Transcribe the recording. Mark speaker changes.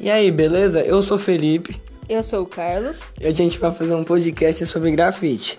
Speaker 1: E aí, beleza? Eu sou Felipe
Speaker 2: Eu sou o Carlos.
Speaker 1: e a gente vai fazer um podcast sobre grafite.